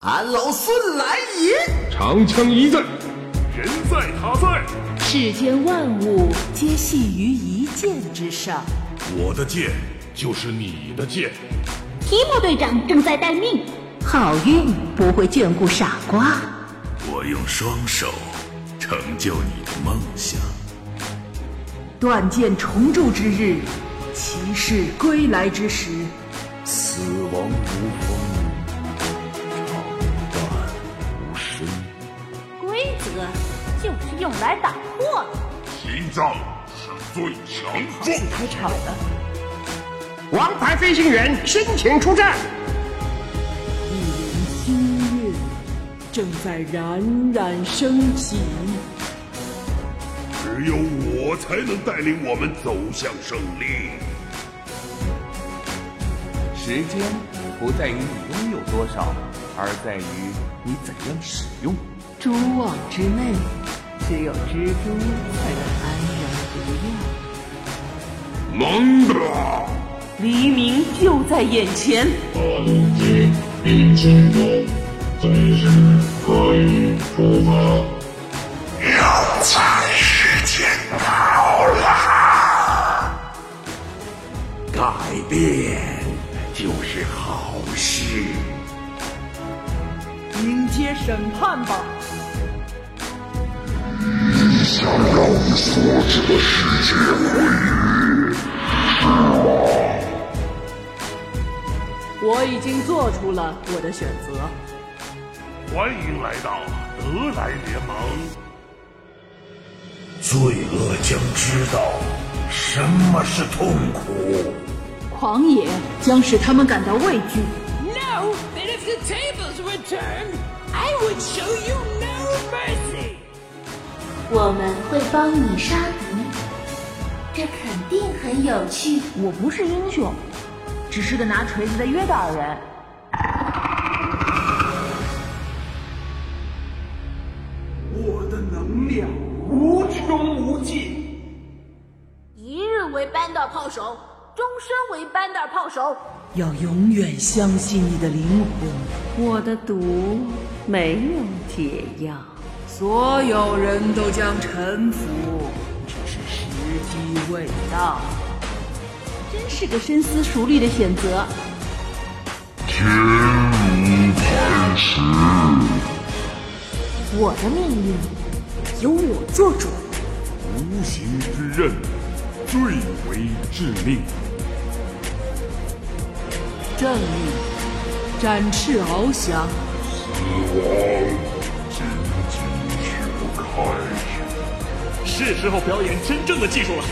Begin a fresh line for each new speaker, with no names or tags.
俺老孙来也！
长枪一在，
人在塔在。
世间万物皆系于一剑之上。
我的剑就是你的剑。
提莫队长正在待命。
好运不会眷顾傻瓜。
我用双手成就你的梦想。
断剑重铸之日，骑士归来之时，
死亡无风，长伴无声。
规则就是用来打破的。
心脏是最强壮。
开场了。
王牌飞行员申请出战。
一轮星月正在冉冉升起。
只有我才能带领我们走向胜利。
时间不在于你拥有多少，而在于你怎样使用。
蛛网之内，只有蜘蛛才能安然无恙。
蒙德，
黎明就在眼前。
我已经并成功，随时可以出发。
药材时间到了，改变就是好事。
迎接审判吧！
你想让你所处的世界毁于是吗？
我已经做出了我的选择。
欢迎来到德莱联盟。
罪恶将知道什么是痛苦，
狂野将使他们感到畏惧。
Know that if the tables were turned, I would show you no mercy.
我们会帮你杀敌，这肯定很有趣。
我不是英雄，只是个拿锤子的约旦人。
我的能量。无穷无尽，
一日为班的炮手，终身为班的炮手。
要永远相信你的灵魂。
我的毒没有解药，
所有人都将臣服，只是时机未到。
真是个深思熟虑的选择。
天无磐石，
我的命运。由我做主。
无形之刃，最为致命。
正义展翅翱翔。
死亡仅仅是开始。
是时候表演真正的技术了。